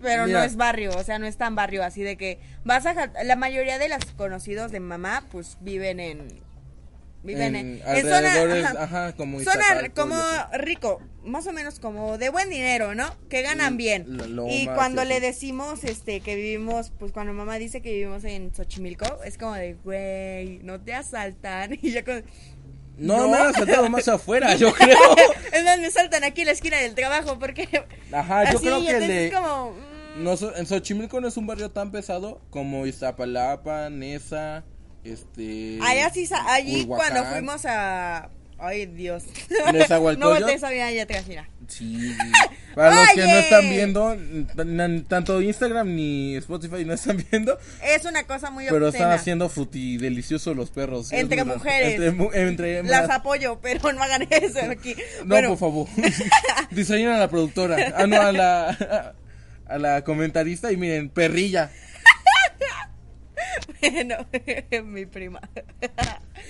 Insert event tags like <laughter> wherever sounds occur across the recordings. Pero Mira. no es barrio, o sea, no es tan barrio, así de que vas a Jal- la mayoría de los conocidos de mamá pues viven en viven en, En en alrededores, ajá, como zona Iztacalco como y así. rico, más o menos como de buen dinero, ¿no? Que ganan Mm, bien. la loma, y cuando sí, le sí. decimos este que vivimos, pues cuando mamá dice que vivimos en Xochimilco, es como de, güey, no te asaltan <laughs> y yo con No, ¿No? me han saltado más afuera, yo creo. <laughs> es más, me saltan aquí en la esquina del trabajo porque Ajá, yo así, creo que entonces le- es como mm, No, so- en Xochimilco no es un barrio tan pesado como Iztapalapa, Nesa, este... Allá sí, sa- allí Culhuacán. cuando fuimos a. Ay, Dios. Nezahualcóyotl? <laughs> No voltees a ver allá atrás, mira. Sí. <laughs> Para los que no Oye. están viendo, n- n- tanto Instagram ni Spotify no están viendo, Es una cosa muy pero obscena. están haciendo fruti delicioso los perros. Es Entre muy raro. mujeres. Entre, mu- entre Las hembras. apoyo, pero no hagan eso aquí. No, Bueno, <laughs> por favor. Diseñan a la productora. Ah, no, a la, <laughs> a la comentarista y miren, perrilla. <laughs> bueno, mi prima.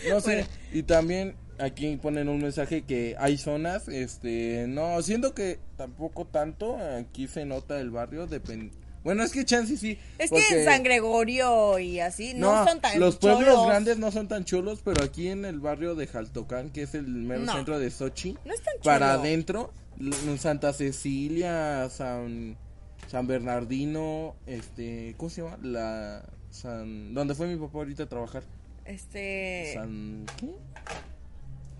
No sé. Bueno. Y también aquí ponen un mensaje que hay zonas, este, no, siento que tampoco tanto, aquí se nota el barrio, depende. Bueno, es que chance sí. Es que porque- en San Gregorio y así no, son tan los pueblos cholos. grandes no son tan chulos, pero aquí en el barrio de Jaltocán, que es el mero No. centro de Sochi, No es tan chulo. para adentro, l- Santa Cecilia, San, San Bernardino, este, ¿cómo se llama? La San, donde fue mi papá ahorita a trabajar. Este. San, ¿qué?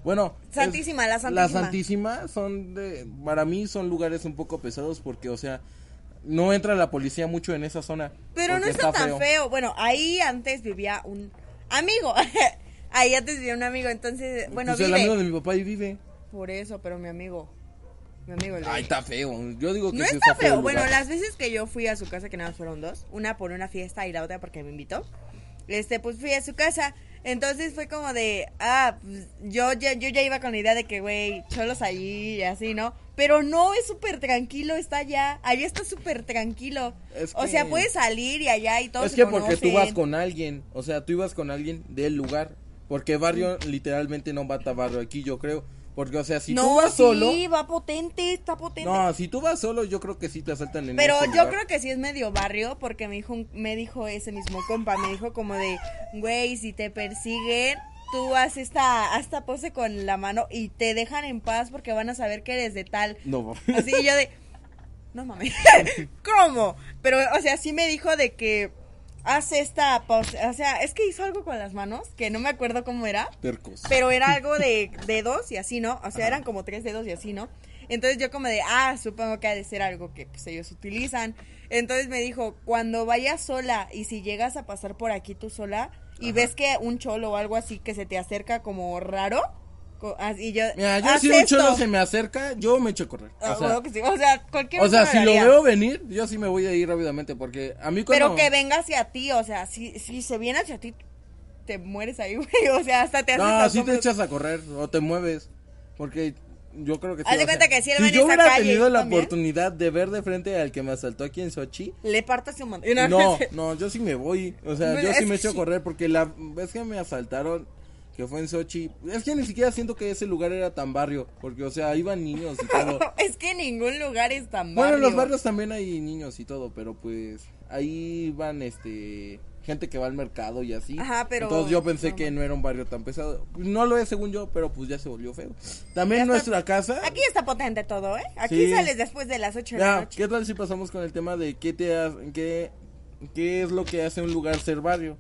Bueno, es- Santísima, la La Santísima. Santísima son de, para mí son lugares un poco pesados porque, o sea, no entra la policía mucho en esa zona. Pero no porque está, tan feo. Bueno, ahí antes vivía un amigo. <laughs> ahí antes vivía un amigo, entonces, bueno, Pues el vive. amigo de mi papá ahí vive. Por eso, pero mi amigo. Mi amigo. el de- Ay, está feo. Yo digo que No sí está feo. el Bueno, lugar. las veces que yo fui a su casa, que nada más fueron dos, una por una fiesta y la otra porque me invitó, este, pues fui a su casa. Entonces fue como de, ah, pues, yo ya, yo ya iba con la idea de que, güey, cholos allí y así, ¿no? Pero no, es súper tranquilo, está allá. Allá está súper tranquilo. Es O sea, que- puedes salir y allá y todo. Es que porque tú vas con alguien. O sea, tú ibas con alguien del lugar. Porque barrio literalmente no mata barrio aquí, yo creo. Porque, o sea, si tú no, vas sí, solo. va potente, está potente. No, si tú vas solo, yo creo que sí te asaltan en Pero ese yo lugar. creo que sí es medio barrio porque me dijo, un- me dijo ese mismo compa, me dijo como de, güey, si te persiguen, tú haz esta, haz esta pose con la mano y te dejan en paz porque van a saber que eres de tal. No, <laughs> Así y yo de, no mames, <laughs> ¿cómo? Pero, o sea, sí me dijo de que hace esta pose, o sea, es que hizo algo con las manos que no me acuerdo cómo era. tercos. Pero era algo de dedos y así, ¿no? O sea, eran como tres dedos y así, ¿no? Entonces yo como de, ah, supongo que ha de ser algo que pues, ellos utilizan. Entonces me dijo, cuando vayas sola y si llegas a pasar por aquí tú sola y ves que un cholo o algo así que se te acerca como raro, co- así yo... Mira, yo "Haz si un esto". cholo se me acerca, yo me echo a correr. Ah, O sea, huevo que sí, o sea, cualquier o sea, persona si lo haría. veo venir, yo sí me voy a ir rápidamente. Porque a mí cuando. Pero que venga hacia ti, o sea, si, si se viene hacia ti, te mueres ahí, <laughs> güey. O sea, hasta te haces... No, los si te hombros. echas a correr o te mueves. Porque yo creo que sí. Haz de o cuenta que si él va en yo esa hubiera calle, tenido yo la también. oportunidad de ver de frente al que me asaltó aquí en Sochi. Le partas un montón. <laughs> No, no, yo sí me voy. O sea, Bueno, yo sí es me que echo a sí. correr porque la vez que me asaltaron, que fue en Sochi, es que ni siquiera siento que ese lugar era tan barrio. Porque, o sea, iban niños y todo. <laughs> es que en ningún lugar es tan Bueno, barrio. en los barrios también hay niños y todo, pero pues ahí van este gente que va al mercado y así. Ajá, pero- Entonces yo pensé no, que no. no era un barrio tan pesado. No lo es según yo, pero pues ya se volvió feo. También Ya nuestra está- casa. Aquí está potente todo, ¿eh? Aquí Sí. sales después de las 8 de la Ya, noche. ¿qué tal si pasamos con el tema de qué te ha- qué, qué es lo que hace un lugar ser barrio?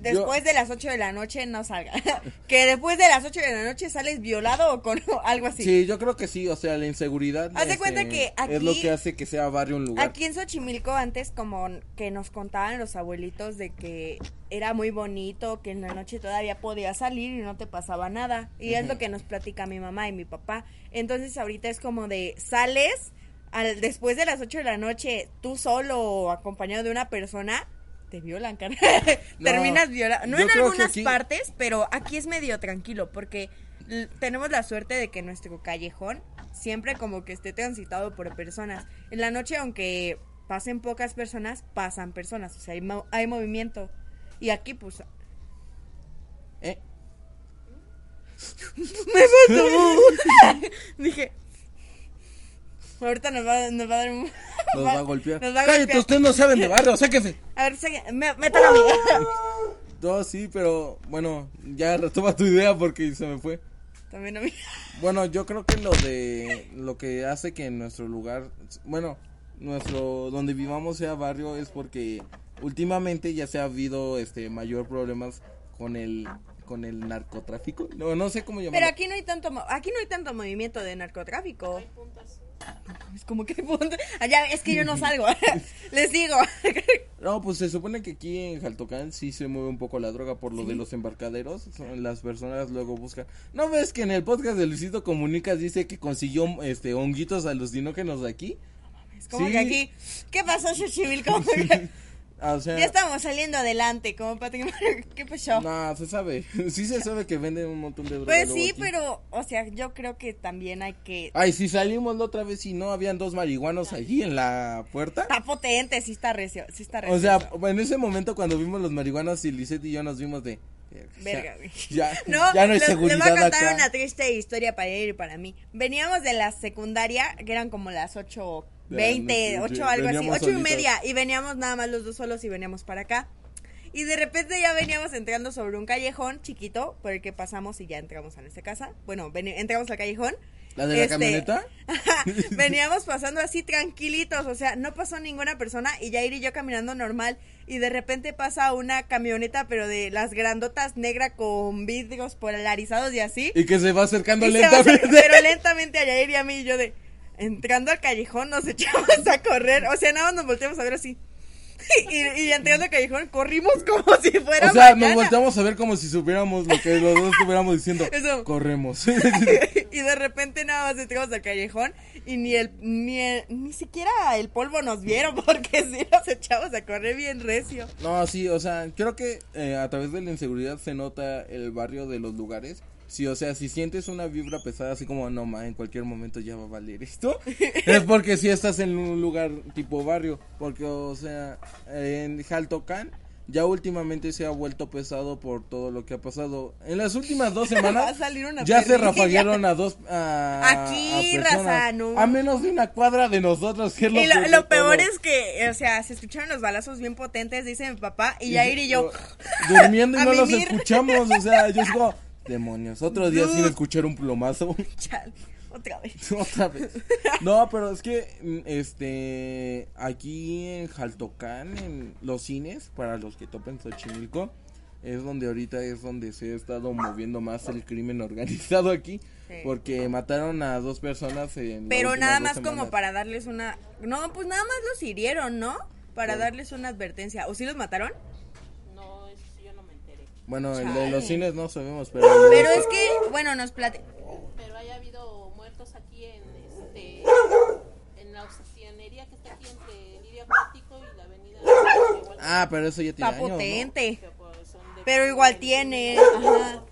después de las 8 de la noche no salga. <laughs> que después de las 8 de la noche sales violado o con <laughs> algo así. Sí, yo creo que sí, o sea, la inseguridad este, Haz de cuenta que es lo aquí- que hace que sea barrio un lugar. Aquí en Xochimilco antes como que nos contaban los abuelitos de que era muy bonito, que en la noche todavía podías salir y no te pasaba nada. Y es lo que nos platica mi mamá y mi papá. Entonces ahorita es como de sales al, después de las 8 de la noche tú solo o acompañado de una persona. Te violan, carnal. <laughs> Terminas violando. No yo en creo que algunas aquí- partes, pero aquí es medio tranquilo porque l- tenemos la suerte de que nuestro callejón siempre como que esté transitado por personas. En la noche, aunque pasen pocas personas, pasan personas, o sea, hay, mo- hay movimiento. Y aquí pues... ¿Eh? <laughs> ¡Me mató! Dije... Ahorita nos va, nos va a dar un... Nos va a <laughs> golpear. Nos va a Cállate, golpear. ustedes no saben de barrio, sáquense. A ver, sigue, me- métalo <laughs> a mí. No, sí, pero bueno, ya retoma tu idea porque se me fue. También a mí. Bueno, yo creo que lo de lo que hace que nuestro lugar, bueno, nuestro donde vivamos sea barrio es porque últimamente ya se ha habido este mayor problemas con el con el narcotráfico. No, no sé cómo llamarlo. Pero aquí no hay tanto mo- aquí no hay tanto movimiento de narcotráfico. Es como que hay puntas. Allá es que yo no <laughs> salgo. <laughs> Les digo. <laughs> No, pues se supone que aquí en Jaltocán sí se mueve un poco la droga por lo de los embarcaderos. Son- Las personas luego buscan. ¿No ves que en el podcast de Luisito Comunicas dice que consiguió este honguitos alucinógenos de aquí? Es como Sí. que aquí ¿Qué pasó, <laughs> Xochimilco? Ah, O <laughs> sea, ya estamos saliendo adelante como Patrick Mar- <laughs> ¿Qué pasó? nah, se sabe. <laughs> Sí se sabe que venden un montón de droga. pues luego sí, aquí. Ah. pero o sea, yo creo que también hay que Ay, si salimos la otra vez y no habían dos marihuanos allí en la puerta. está potente, sí está recio, sí está recio. O sea, en ese momento cuando vimos los marihuanos y Lisette y yo nos vimos de... "Eh, o sea, Verga, güey. Ya, <laughs> No, ya no hay les- seguridad Les voy a contar acá. una triste historia para ella y para mí. Veníamos de la secundaria, que eran como las 8.20, Ya, no sé, 8 sí, algo así, veníamos 8 y solitas. media, y veníamos nada más los dos solos y veníamos para acá. Y de repente ya veníamos entrando sobre un callejón chiquito por el que pasamos y ya entramos a nuestra casa. Bueno, veni- entramos al callejón. ¿La de la Este, camioneta? Ajá, <laughs> veníamos pasando así tranquilitos, o sea, no pasó ninguna persona y Jair y yo caminando normal y de repente pasa una camioneta pero de las grandotas negra con vidrios polarizados y así. Y que se va acercando Y se va lentamente. acer- <laughs> pero lentamente a Jair y a mí y yo de entrando al callejón nos <laughs> echamos a correr, o sea, nada más nos volteamos a ver así. <laughs> Y, y entrando al callejón corrimos como si fuera O sea, mañana. nos volteamos a ver como si supiéramos lo que los dos estuviéramos diciendo. <laughs> Eso. <laughs> Corremos. <laughs> y de repente nada más entramos al callejón y ni el, ni el- ni siquiera el polvo nos vieron <laughs> porque si nos echamos a correr bien recio. no, sí, o sea, creo que eh, a través de la inseguridad se nota el barrio de los lugares. Sí, o sea, si sientes una vibra pesada así como, no, ma, en cualquier momento ya va a <laughs> valer esto, es porque si estás en un lugar tipo barrio. Porque, o sea, en Jaltocán ya últimamente se ha vuelto pesado por todo lo que ha pasado. En las últimas dos <laughs> Va a semanas salir una ya se perrilla. rafaguearon a dos a, Aquí, a personas. raza, no. A menos de una cuadra de nosotros, que es lo, Y lo, peor de lo peor todo. es que, o sea, se escucharon los balazos bien potentes, dice mi papá, y Y- Jair y <laughs> yo. Durmiendo <laughs> y a no los mimir. escuchamos, o sea, yo digo, demonios, otro día sin Dude. escuchar un plomazo. <laughs> Chal, otra vez. Otra vez. No, pero es que, mm, este, aquí en Jaltocán, en los cines, para los que topen Xochimilco, es donde ahorita es donde se ha estado moviendo más el crimen organizado aquí, Sí. porque mataron a dos personas en las Pero últimas nada dos más como semanas. para darles una. No, pues nada más los hirieron, ¿no? Para darles una advertencia. ¿O sí los mataron? No, eso sí yo no me enteré. Bueno, el de Chale. los cines no sabemos, pero... el de Pero los- es que, bueno, nos plate. Este Pero haya habido muertos aquí en este en la oxigenería que está aquí entre Lidia Plático y la avenida de Igualdad, Ah, pero eso ya tiene Está años, ¿no? potente. que, pues, son de- Pero igual tiene. Ajá.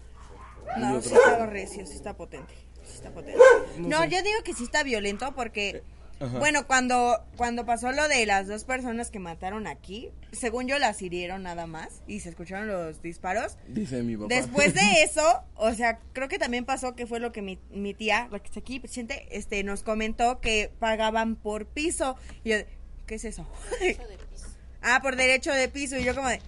No, sí está recio, sí está potente. Sí está potente. No, Eh, yo digo que sí está violento porque. ajá. Bueno, cuando, cuando pasó lo de las dos personas que mataron aquí, según yo las hirieron nada más y se escucharon los disparos. Dice mi <laughs> papá. Después de eso, o sea, creo que también pasó que fue lo que mi, mi tía, la que está aquí presente, este, nos comentó que pagaban por piso. Y yo, de, ¿qué es eso? Eso de piso. <laughs> ah, por derecho de piso. Y yo como de,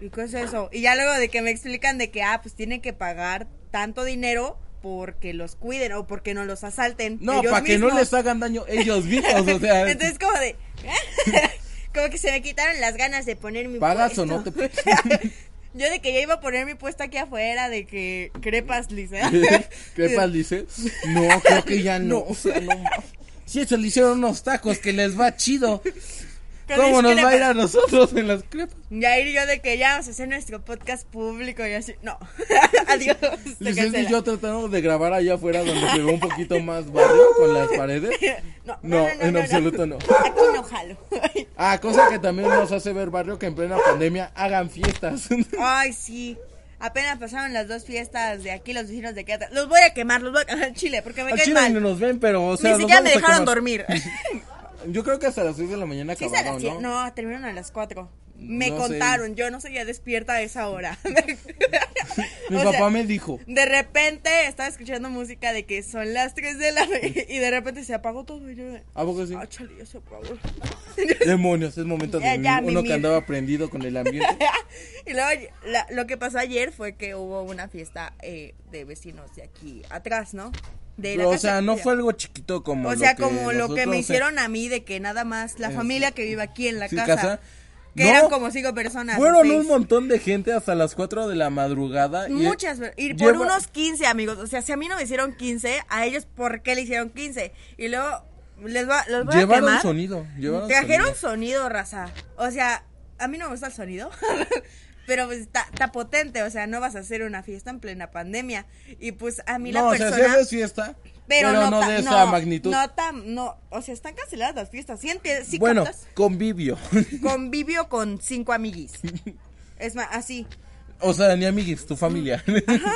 ¿y qué es eso? Y ya luego de que me explican de que, ah, pues tienen que pagar tanto dinero porque los cuiden o porque no los asalten. No, ellos para que no mismos. les hagan daño ellos mismos, o <laughs> sea... <laughs> Entonces como de, como que se me quitaron las ganas de poner mi ¿Pagas puesto. <laughs> o no te- Yo de que ya iba a poner mi puesto aquí afuera de que crepas lisa. <laughs> <laughs> ¿Crepas dice? No, creo que ya no. o sea, no. Si eso le hicieron unos tacos que les va chido. ¿Cómo nos va a ir a nosotros en las crepas? Ya ir yo de que ya vamos a hacer nuestro podcast público y así. No. <laughs> <laughs> Adiós. se Vicente y cancela. yo tratamos de grabar allá afuera donde se ve un poquito más barrio con <laughs> las paredes. <laughs> No, No, en absoluto <laughs> no. Aquí no jalo. <laughs> Ah, cosa que también nos hace ver barrio que en plena pandemia hagan fiestas. <laughs> Ay, sí. Apenas pasaron las dos fiestas de aquí, los vecinos de Querétaro. Los voy a quemar, los voy a <laughs> quemar al chile, porque me <laughs> Al caen chile mal. ni nos ven, pero o sea, los Ni siquiera me vamos a dejaron conocer. dormir. <laughs> Yo creo que hasta las 6 de la mañana Sí, se acabaron, las cien- ¿no? No, terminaron a las 4. Me No sé. contaron, yo no seguía despierta a esa hora. <laughs> <laughs> Mi O sea, papá me dijo. De repente estaba escuchando música de que son las 3 de la mañana y de repente se apagó todo. Y yo, ¿A poco sí? ah, chale, ya se apagó. Demonios, es momento de Ya, ya, mimir. uno mimir. que andaba prendido con <laughs> el ambiente. Y luego la- lo que pasó ayer fue que hubo una fiesta eh, de vecinos de aquí atrás, ¿no? De la Pero, o casa. sea, no fue algo chiquito como O lo sea, que como lo que nosotros, me eh, hicieron a mí de que nada más la Eh, familia que vive aquí en la sí, casa, casa. que No, eran como cinco personas. o Fueron seis. un montón de gente hasta las 4 de la madrugada. y- Muchas, ver- y por lleva- unos 15, amigos. O sea, si a mí no me hicieron 15, a ellos, ¿por qué le hicieron 15? Y luego les va, los voy a Llevaron quemar. sonido, llevaron Trajeron sonido. sonido. raza. O sea, a mí no me gusta el sonido. <laughs> Pero pues está, está potente, o sea, no vas a hacer una fiesta en plena pandemia. Y pues a mí No, la o sea, persona. sí haces fiesta, pero, no, ta- de esa no, magnitud. No, tan, no, o sea, están canceladas las fiestas. Sí, enti- sí bueno, captas? convivio. <laughs> Convivio con cinco amiguis. Es más, así. o sea, ni amiguis, tu familia. Ajá.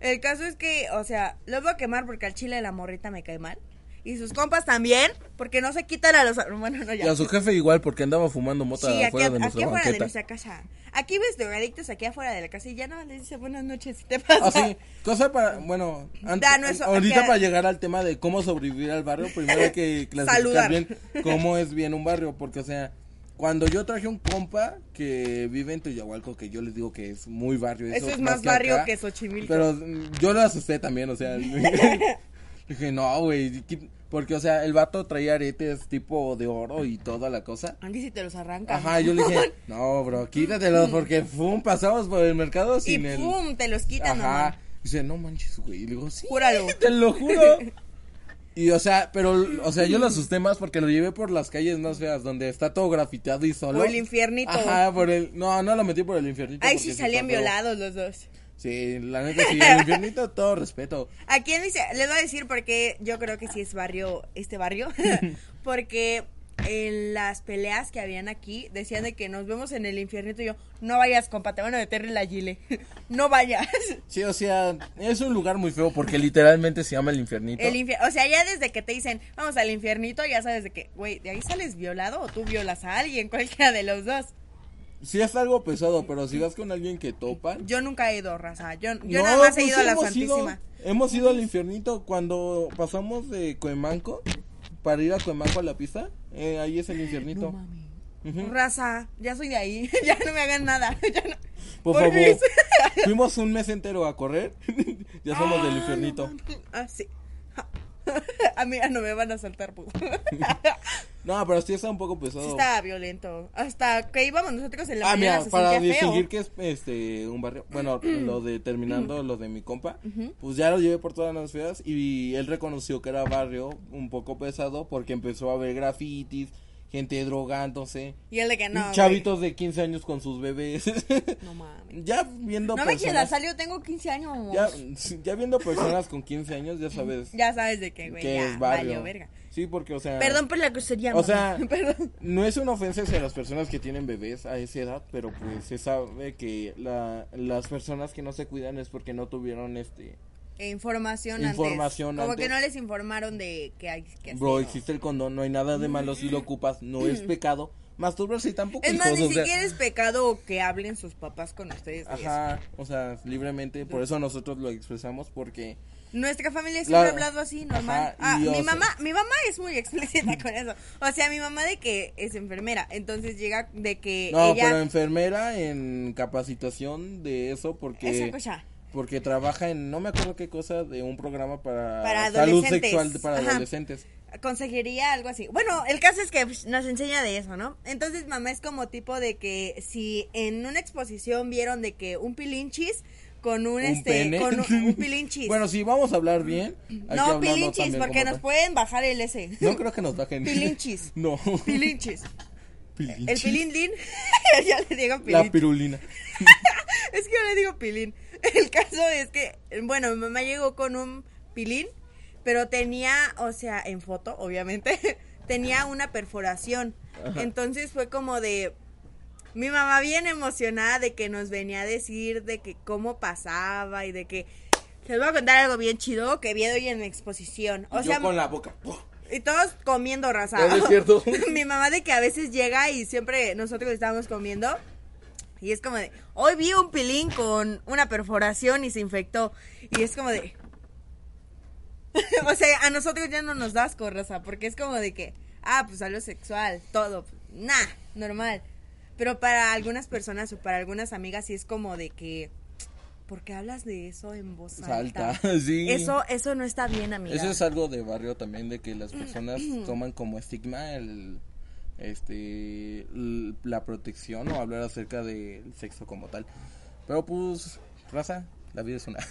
El caso es que, o sea, los voy a quemar porque al chile la morrita me cae mal. Y sus compas también, porque no se quitan a los. <laughs> Bueno, no, <laughs> y ya. a su jefe igual, porque andaba fumando mota Sí, aquí, afuera de aquí nuestra afuera de banqueta. nuestra casa. Aquí ves drogadictos aquí afuera de la casa y ya no les dice buenas noches si te <laughs> pasa. Ah, sí, cosa para, bueno, antes- Da, no, eso- ahorita queda- para llegar al tema de cómo sobrevivir al barrio, primero <laughs> hay que clasificar Saludar. bien cómo es bien un barrio, porque o sea, cuando yo traje un compa que vive en Tuyahualco, que yo les digo que es muy barrio. Eso es más barrio que Xochimilco. Pero mm, yo lo asusté también, <laughs> o sea, dije, no, güey, qui- porque o sea, el vato traía aretes tipo de oro y toda la cosa. Aquí si te los arrancan. Ajá, yo le dije, no, bro, quítatelos porque, pum, pasamos por el <laughs> mercado Y sin el... pum, te los quitan, Ajá. mamá. Dice, no manches, güey. Y le digo, sí. Júralo. Te lo juro. <laughs> Y o sea, pero, o sea, yo lo asusté más porque lo llevé por las calles más feas, donde está todo grafiteado y solo. Por el infiernito. Ajá, por el. No, no lo metí por el infiernito. Ahí porque sí salían está feo. violados los dos. Sí, la neta sí. <laughs> El infiernito, todo respeto. ¿A quién dice? Les voy a decir porque yo creo que sí es barrio, este <laughs> barrio. <laughs> porque en las peleas que habían aquí decían de que nos vemos en el infiernito y yo, no vayas, compa, te van a meter en la gile. <laughs> no vayas. Sí, o sea, es un lugar muy feo porque literalmente se llama el infiernito. El infier- o sea, ya desde que te dicen, vamos al infiernito, ya sabes de que, güey, de ahí sales violado o tú violas a alguien, <laughs> cualquiera de los dos. Sí, es algo pesado, pero si vas con alguien que topa. Yo nunca he ido, raza. Yo, yo No, nada más he pues ido a la hemos ido- Santísima. hemos ido al infiernito cuando pasamos de Coemanco para ir a Coemanco a la pista. eh, ahí es el infiernito. Raza, ya soy de ahí. <laughs> ya no me hagan nada. <laughs> ya no- Por, por favor. mis- <laughs> Fuimos un mes entero a correr. <laughs> ya somos del infiernito. Ah, sí. <laughs> A mí ya no me van a saltar, <laughs> puto. No, pero sí está un poco Sí pesado. estaba violento. Hasta que íbamos nosotros en la Ah, mañana mira, se para sentía feo. distinguir que es este un barrio, <clears throat> bueno, lo de terminando lo de mi compa, pues ya lo llevé por todas las ciudades y él reconoció que era barrio un poco pesado porque empezó a ver grafitis, gente drogándose. Y él de que no, chavitos de 15 años con sus bebés. <laughs> güey, No mames. ya viendo No me quieras, personas. salió, tengo 15 años. ya, Ya, ya viendo personas con 15 años, ya sabes sabes de qué, güey. que ya, es barrio. valió verga. Sí, porque, o sea. Perdón por la grosería, O mamá. sea, <laughs> Perdón. no es una ofensa hacia las personas que tienen bebés a esa edad, pero pues se sabe que la- las personas que no se cuidan es porque no tuvieron este... E Información, antes. Información Como antes. que no les informaron de que hay que hacer. Bro, ¿no? existe el condón, no hay nada de malo si lo ocupas, no <clears throat> es pecado. Masturbarse tampoco Es más, hijos, ni o sea, siquiera es pecado que hablen sus papás con ustedes. de eso. Ajá, o sea, libremente, por eso nosotros lo expresamos, porque... Nuestra familia siempre Claro. ha hablado así, normal. Ajá, ah, y, o mi sea- mamá, mi mamá es muy explícita con eso. O sea, mi mamá de que es enfermera, entonces llega de que No, ella pero enfermera en capacitación de eso, porque... esa cosa. porque trabaja en, no me acuerdo qué cosa, de un programa para, Para salud adolescentes. sexual de- para Ajá. adolescentes. consejería, algo así. Bueno, el caso es que pues, nos enseña de eso, ¿no? Entonces, mamá es como tipo de que si en una exposición vieron de que un pilinchis con un, este pene. <laughs> con un, un pilinchis. bueno, si vamos a hablar bien. hay que no hablarlo pilinchis también porque como nos tal. pueden bajar el S. No creo que nos bajen. Pilinchis. <laughs> No. <laughs> <laughs> Pilinchis. Pilinchis. El pilindin. <laughs> ya le digo pilín. La pirulina. Es que yo le digo pilín. <laughs> El caso es que, bueno, mi mamá llegó con un pilín, pero tenía, o sea, en foto, obviamente, <laughs> tenía una perforación. Entonces fue como de. Mi mamá bien emocionada de que nos venía a decir de que cómo pasaba y de que. Les voy a contar algo bien chido que vi hoy en mi exposición. O Yo sea, con la boca. ¡puf! y todos comiendo raza. No, no es cierto. <laughs> Mi mamá de que a veces llega y siempre nosotros estábamos comiendo. Y es como de, hoy vi un pilín con una perforación y se infectó. Y es como de... <laughs> o sea, a nosotros ya no nos das asco, raza, porque es como de que, ah, pues algo sexual, todo. Nah, normal. Pero para algunas personas o para algunas amigas sí es como de que... ¿Por qué hablas de eso en voz alta? Salta, <laughs> sí. Eso, eso no está bien, amiga. Eso es algo de barrio también, de que las Mm. <clears throat> personas toman como estigma el, este, l- la protección o hablar acerca del sexo como tal. Pero pues, raza, la vida es una. <laughs>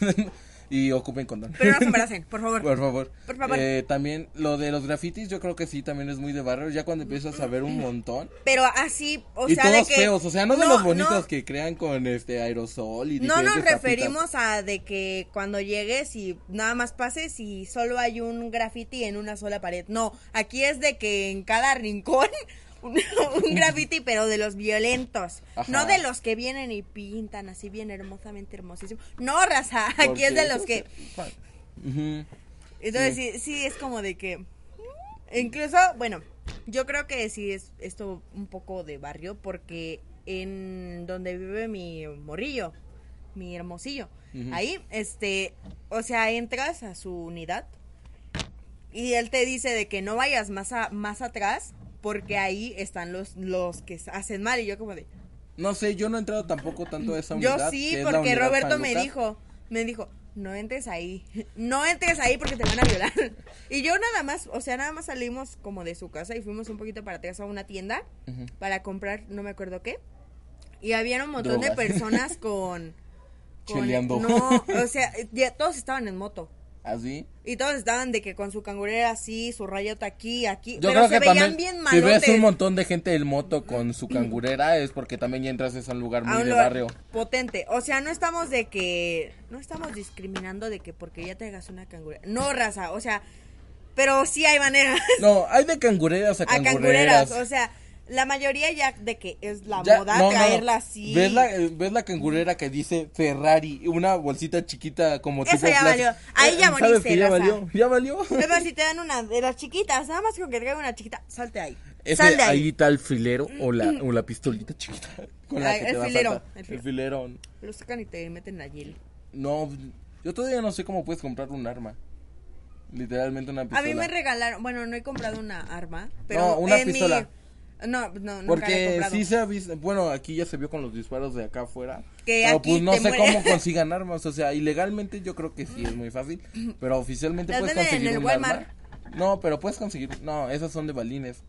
y ocupen condón. Pero <laughs> no se embaracen, por favor. Por favor. Por favor. Eh, también lo de los grafitis, yo creo que sí, también es muy de barrio. Ya cuando empiezas a ver un montón. Pero así, Mm. o y sea, todos de que feos, o sea, no, de los bonitos no, que crean con este aerosol y No nos diferentes tapitas. referimos a de que cuando llegues y nada más pases y solo hay un graffiti en una sola pared. No, aquí es de que en cada rincón <laughs> un, un graffiti, pero de los violentos. Ajá. No de los que vienen y pintan así bien hermosamente hermosísimo. No, raza, aquí Porque es de eso los que... se- Ujú. Entonces sí, sí es como de que mm, incluso, bueno, yo creo que sí es esto un poco de barrio porque en donde vive mi morrillo, mi hermosillo, ahí este, o sea, entras a su unidad y él te dice de que no vayas más a, más atrás porque ahí están los los que hacen mal y yo como de No sé, yo no he entrado tampoco tanto a esa yo unidad. sí, que es la porque unidad Roberto San me Lucas. dijo, me dijo, no entres ahí, <laughs> no entres ahí porque te van a violar. <laughs> Y yo nada más, o sea, nada más salimos como de su casa y fuimos un poquito para atrás a una tienda para comprar, no me acuerdo qué. Y había un montón de Drogas. <laughs> personas con... con- Cheleando. No, o sea, ya todos estaban en moto. ¿Así? Y todos estaban de que con su cangurera así, su rayota aquí, aquí. Yo pero creo se que veían también, bien si malotes. Mm. ves un montón de gente del moto con su cangurera, es porque también ya entras a un lugar a muy un de lugar barrio. potente. O sea, no estamos de que no estamos discriminando de que porque ya traigas una cangurera. No, raza, o sea, pero sí hay <laughs> maneras No, hay de cangureras a a cangureras, cangureras. o sea, la mayoría ya de que es la Ya- moda no, no, no. traerla así. ¿Ves la, eh, ves la cangurera que dice Ferrari? Una bolsita chiquita como Eso ya plástico. Eh, valió. Ahí ya ¿sabes moriste, que ya raza. valió. <laughs> Ya valió. Pero si te dan una de las chiquitas, nada más con que traiga una chiquita, salte ahí. Ese, Sal de ahí. ahí. está el filero o la, o la <laughs> pistolita chiquita. Con la Ay, que el te va a filero, saltar. el El filero. Lo sacan y te meten la hiel. No, yo todavía no sé cómo puedes comprar un arma. Literalmente una pistola. A mí me regalaron, bueno, no he comprado una arma, pero No, una en mi- pistola. No, no, nunca la he Porque comprado. sí se ha visto, bueno, aquí ya se vio con los disparos de acá afuera. Que pero aquí pues no te sé mueres. cómo consigan armas, o sea, ilegalmente yo creo que sí es muy fácil, pero oficialmente Las puedes venden en conseguir el un Walmart. arma. No, pero puedes conseguir, no, esas son de balines.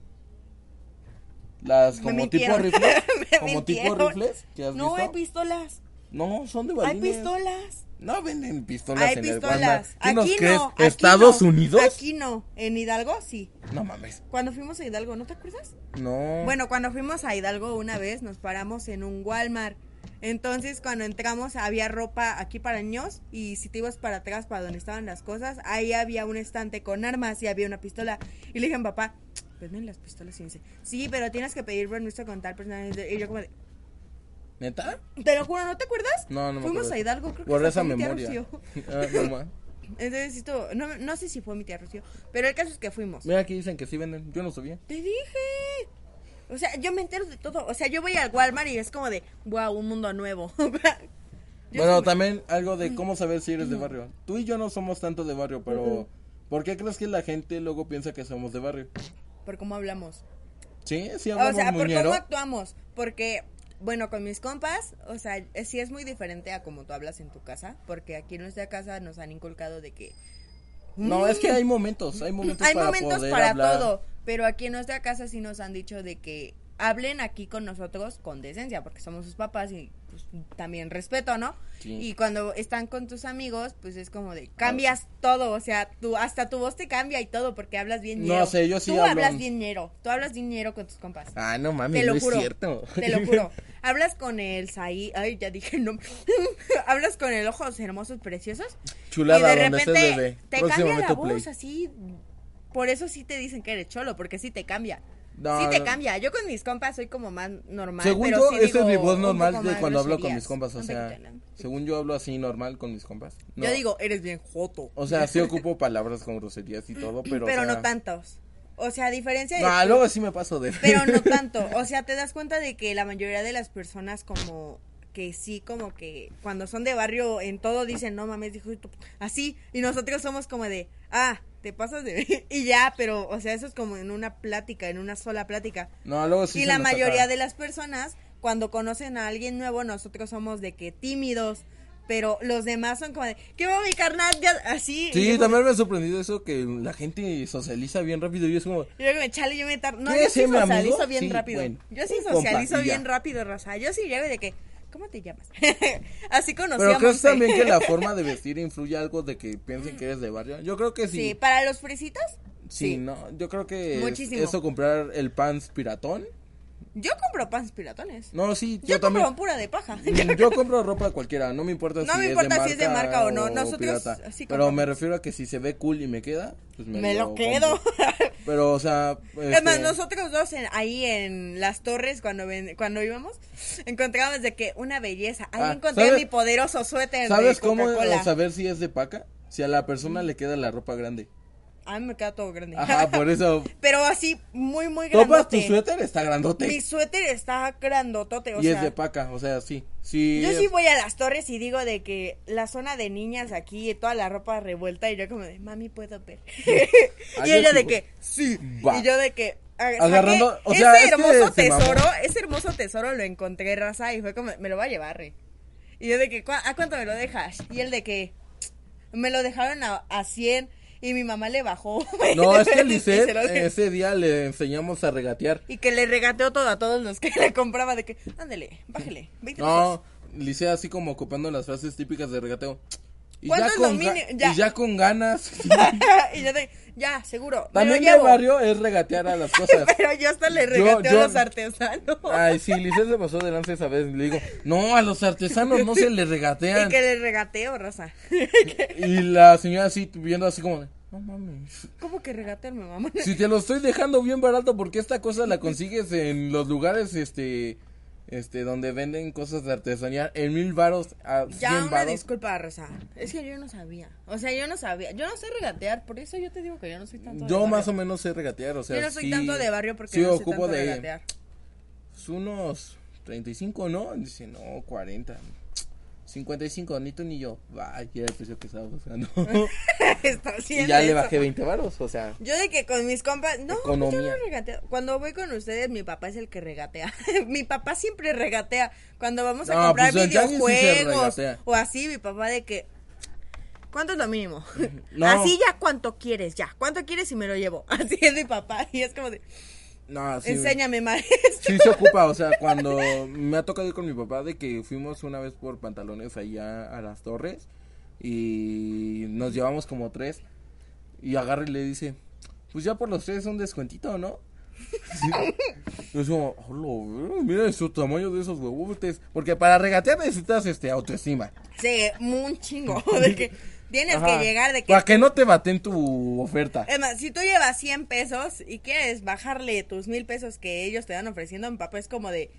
Las Me como tipo mintieron. rifles, <laughs> Me como tipo mintieron. rifles que has No hay visto. pistolas. No, son de Hay balines. pistolas. No venden pistolas Hay en el Walmart. pistolas. ¿Qué Aquí nos crees? no. aquí ¿Estados no. Unidos? Aquí no. En Hidalgo sí. No mames. Cuando fuimos a Hidalgo, ¿no te acuerdas? No. Bueno, cuando fuimos a Hidalgo una vez nos paramos en un Walmart. Entonces, cuando entramos había ropa aquí para niños y si te ibas para atrás, para donde estaban las cosas, ahí había un estante con armas y había una pistola. Y le dije a mi papá, venden las pistolas y me dice, sí, pero tienes que pedir permiso con tal persona. Y yo como de, ¿Neta? te lo juro, ¿no te acuerdas? No, no me Fuimos acuerdo. a Hidalgo, creo que Borré hasta esa fue mi tía memoria. Rocío. <laughs> Ah, no, ma. Entonces esto, no, no sé si fue mi tía Rocío, pero el caso es que fuimos. Mira, aquí dicen que sí venden. Yo no sabía. Te dije. O sea, yo me entero de todo. O sea, yo voy al Walmart y es como de, wow, un mundo nuevo. <laughs> Yo bueno, soy- también algo de cómo saber si eres de barrio. Tú y yo no somos tanto de barrio, pero ¿por qué crees que la gente luego piensa que somos de barrio? Por cómo hablamos. Sí, sí O hablamos sea, por muñero. cómo actuamos. Porque bueno, con mis compas, o sea, eh, sí es muy diferente a como tú hablas en tu casa, porque aquí en nuestra casa nos han inculcado de que... No, "Mm, es que hay momentos, hay momentos hay para momentos poder para hablar. todo, pero aquí en nuestra casa sí nos han dicho de que hablen aquí con nosotros con decencia, porque somos sus papás y pues, también respeto, ¿no? Sí. Ah, Y cuando están con tus amigos, pues es como de cambias todo, o sea, tú hasta tu voz te cambia y todo porque hablas bien No ñero. sé, yo sí Tú hablo- hablas bien ñero, tú hablas bien ñero con tus compas. Ah, no mames, Te lo no juro. es cierto. <laughs> Te lo juro. Hablas con el Saí. Ay, ya dije el nombre. <laughs> Hablas con el ojos hermosos, preciosos. Chulada, y de donde estés, repente bebé. te cambia la Próximamente voz Play. así. Por eso sí te dicen que eres cholo, porque sí te cambia. No, sí te no. cambia. Yo con mis compas soy como más normal. Según pero yo, sí esa es digo mi voz un normal poco de más cuando hablo con groserías. mis compas, o Un sea, poquito, ¿no? según yo hablo así normal con mis compas. No. Yo digo, eres bien joto. O <laughs> sea, sí ocupo palabras con groserías y todo, pero. Pero, o sea, no tantos. O sea, a diferencia de No, tú, luego sí me paso de. Pero no tanto. O sea, te das cuenta de que la mayoría de las personas como que sí, como que cuando son de barrio en todo dicen, no mames, dijo tu p-". así. Y nosotros somos como de, ah, te pasas de... <laughs> y ya, pero, o sea, eso es como en una plática, en una sola plática. <laughs> No, luego sí. y se la nos mayoría acaba. de las personas, cuando conocen a alguien nuevo, nosotros somos de que tímidos. Pero los demás son como de, ¿qué va mi carnal? Ya, así. y <laughs> Sí, yo- también me ha sorprendido eso que la gente socializa bien rápido y es como. Yo que me chale, yo me tar... No, ¿Quieres yo sí ser mi amigo? socializo bien Sí, rápido. bueno. Yo sí Un compa, socializo y ya. bien rápido, Rosa. Yo sí llego de que, ¿cómo te llamas? <laughs> Así conocí Pero a crees Monse. también que <laughs> la forma de vestir influye algo de que piensen que eres de barrio. Yo creo que Sí, sí. para los fresitos, Sí, sí. no. Yo creo que es- Muchísimo. eso comprar el pants piratón. yo compro pans piratones. No, sí, yo, yo compro también. Mm, pura de paja. <laughs> Yo compro ropa cualquiera, no me importa No si me es de importa marca si es de marca o no, nosotros pirata, sí pero me compramos. refiero a que si se ve cool y me queda, pues me, me lo quedo. compro. Pero o sea, <laughs> Es más, este, nosotros dos en- ahí en las torres cuando ven- cuando íbamos, encontrábamos de que una belleza. Ahí Ah, encontré ¿sabes- mi poderoso suéter ¿sabes de cómo Coca-Cola. saber si es de paca? Si a la persona le queda la ropa <laughs> grande. A mí Ah, me queda todo grande. Ajá, por eso <laughs> Pero así, muy, muy grande. topas tu suéter está grandote Mi suéter está grandotote, o y sea. es de paca, o sea, sí. Sí. yo es- sí voy a las torres y digo de que la zona de niñas aquí, toda la ropa revuelta, y yo como de, mami, puedo <laughs> ver. Ah, y yo ella sí de voy. que, sí. Va. Y yo de que, ah, saqué Agarrando- o sea, es ese que hermoso se mamó. tesoro, ese hermoso tesoro lo encontré, raza, y fue como, me lo va a llevar, re. Y yo de que, "¿Cu- ¿a cuánto me lo dejas? Y él de que, me lo dejaron a, a 100, y mi mamá le bajó. <laughs> No, es que Y se Lisette eh, lo dejé. ese día le enseñamos a regatear. Y que le regateó todo a todos los que <laughs> le compraba de que, ándele, bájele, 20 pesos. No, Licea así como ocupando las frases típicas de regateo. Y ¿Cuánto ya, es lo con ga- mini- ya? y ya <laughs> con ganas. y yo de, ya, seguro, me También lo de llevo. barrio es regatear a las cosas. Pero <laughs> yo hasta le Yo- regateo yo- a los artesanos. Ay, sí, Licea se pasó de lanza esa vez. Le digo, no, a los artesanos no se <laughs> les y regatean. que le regateo, <laughs> raza. Y la señora así, viendo así como, de, no mames. ¿Cómo que regatearme, mamá? Si te lo estoy dejando bien barato, porque esta cosa la consigues en los lugares, este, este, donde venden cosas de artesanía, en mil varos, a <laughs> Ya, cien una varos. disculpa, raza. Es que yo no sabía. O sea, yo no sabía. Yo no sé regatear, por eso yo te digo que yo no soy tanto de Yo barrio. más o menos sé regatear, o sea, Yo no soy sí- tanto de barrio porque sí no sé ocupo tanto de de regatear. <laughs> pues, unos 35, ¿no? Dice, no, 40. 55, ni tú ni yo. Vaya, era el precio que estaba <laughs> buscando. Está y haciendo ya le eso. bajé 20 varos, <laughs> o sea. Yo de que con mis compas, no, pues Economía. yo no regateo. Cuando voy con ustedes, mi papá es el que regatea. <laughs> mi papá siempre regatea. Cuando vamos a No, comprar pues, en tianguis sí se videojuegos regatea. o así, mi papá de que ¿Cuánto es lo mínimo? <laughs> No. Así ya cuánto quieres, ya. ¿Cuánto quieres y me lo llevo? <laughs> Así es mi papá y es como de, No, sí. enséñame <laughs> maestro. Sí se ocupa, o sea, cuando me ha tocado ir con mi papá de que fuimos una vez por pantalones allá a las torres y nos llevamos como tres y agarra y le dice, pues ya por los tres un descuentito, ¿no? Y es como, "Hola, mira su tamaño de esos huevotes, porque para regatear necesitas este autoestima. Sí, un <laughs> chingo de que tienes Ajá. que llegar de que Para que no te baten tu oferta. Es más, si tú llevas 100 pesos y quieres bajarle tus mil pesos que ellos te dan ofreciendo, mi papá es como de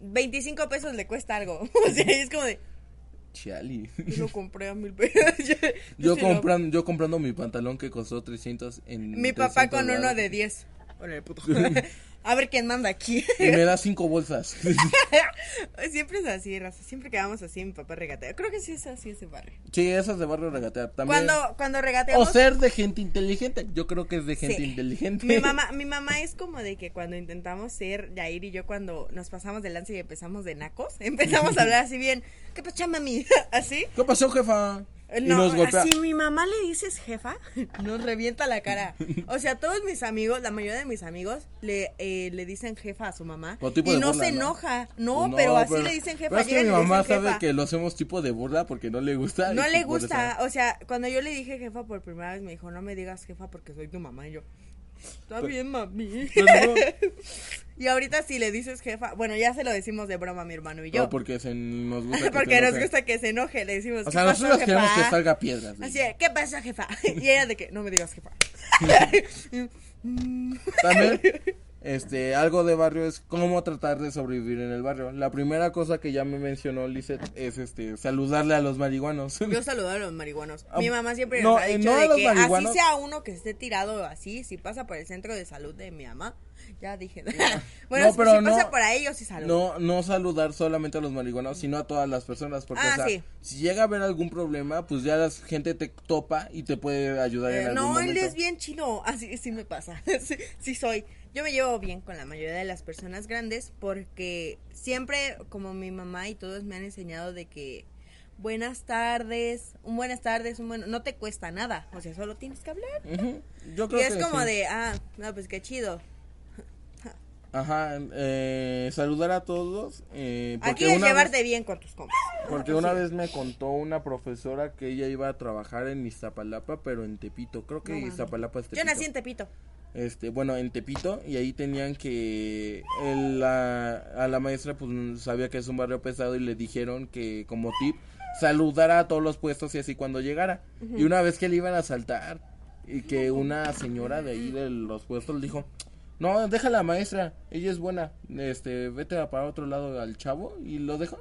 25 pesos le cuesta algo. <laughs> O sea, es como de, <laughs> Chali. yo lo compré a mil pesos. <laughs> Yo, Yo sí lo- comprando, yo comprando mi pantalón que costó 300 en Mi papá 300 con uno varos. de 10. Órale, puto. <laughs> A ver quién manda aquí. Y me da cinco bolsas. <laughs> siempre es así, raza. Siempre quedamos así en papá regatea. Creo que sí es así ese barrio. sí, esas de barrio regatear también. Cuando, cuando O regateamos. ser de gente inteligente. Yo creo que es de gente Sí. inteligente. Mi mamá, mi mamá es como de que cuando intentamos ser Jair y yo, cuando nos pasamos de lanza y empezamos de nacos, <laughs> empezamos a hablar así bien, ¿qué pasa, mami? <laughs> Así. <laughs> ¿Qué pasó, jefa? y Eh, No, nos golpea. si mi mamá le dices jefa, <laughs> nos revienta la cara. O sea, todos mis amigos, la mayoría de mis amigos, le, eh, le dicen jefa a su mamá. Como tipo y de no burla, se ¿no? enoja. No, pero así le dicen jefa. Pero es que llegan y mi le mamá dicen sabe jefa. que lo hacemos tipo de burla porque no le gusta. No y le por eso- gusta, o sea, cuando yo le dije jefa por primera vez me dijo, no me digas jefa porque soy tu mamá y yo, Pues, está bien mami. Pero no, <laughs> Y ahorita si le dices jefa, bueno, ya se lo decimos de broma mi hermano y no, yo, <laughs> porque se nos gusta. que porque se nos enoje. gusta que se enoje, le decimos, O sea, "¿Qué pasó, nosotros queremos que jefa?". salga piedras. güey. Así de, ¿qué pasa jefa? <laughs> Y ella de que, no me digas jefa. <laughs> También, este, algo de barrio es cómo tratar de sobrevivir en el barrio. La primera cosa que ya me mencionó Lizeth es este, saludarle a los marihuanos. Yo saludaba a los marihuanos. Ah, Mi mamá siempre no, nos ha eh, dicho no a de los que marihuanos. así sea uno que esté tirado así, si pasa por el centro de salud de mi mamá, ya dije. <laughs> bueno, No, pero si no- pasa por ahí yo sí saludo. No, no saludar solamente a los marihuanos, sino a todas las personas. Porque, Ah, o sea, sí. si llega a haber algún problema, pues ya la gente te topa y te puede ayudar Eh, en algún no, momento. él es bien chino. Así sí me pasa. <laughs> sí, sí soy. Yo me llevo bien con la mayoría de las personas grandes porque siempre, como mi mamá y todos me han enseñado de que buenas tardes, un buenas tardes, un bueno, no te cuesta nada, o sea, solo tienes que hablar. Ujú, Yo Y creo es que como sí. de, ah, no, pues qué chido. Ajá, eh, saludar a todos. Eh, Aquí porque es una llevarte vez- bien con tus compas. Porque una vez me contó una profesora que ella iba a trabajar en Iztapalapa, pero en Tepito. Creo que No mames. Iztapalapa es Yo Tepito. nací en Tepito. este, bueno, en Tepito, y ahí tenían que el- la, a la maestra pues sabía que es un barrio pesado y le dijeron que como tip saludara a todos los puestos y así cuando llegara. Y una vez que le iban a saltar y que una señora de ahí de los puestos le dijo, "No, déjala a la maestra, ella es buena. Este, vete a para otro lado al chavo" y lo dejó.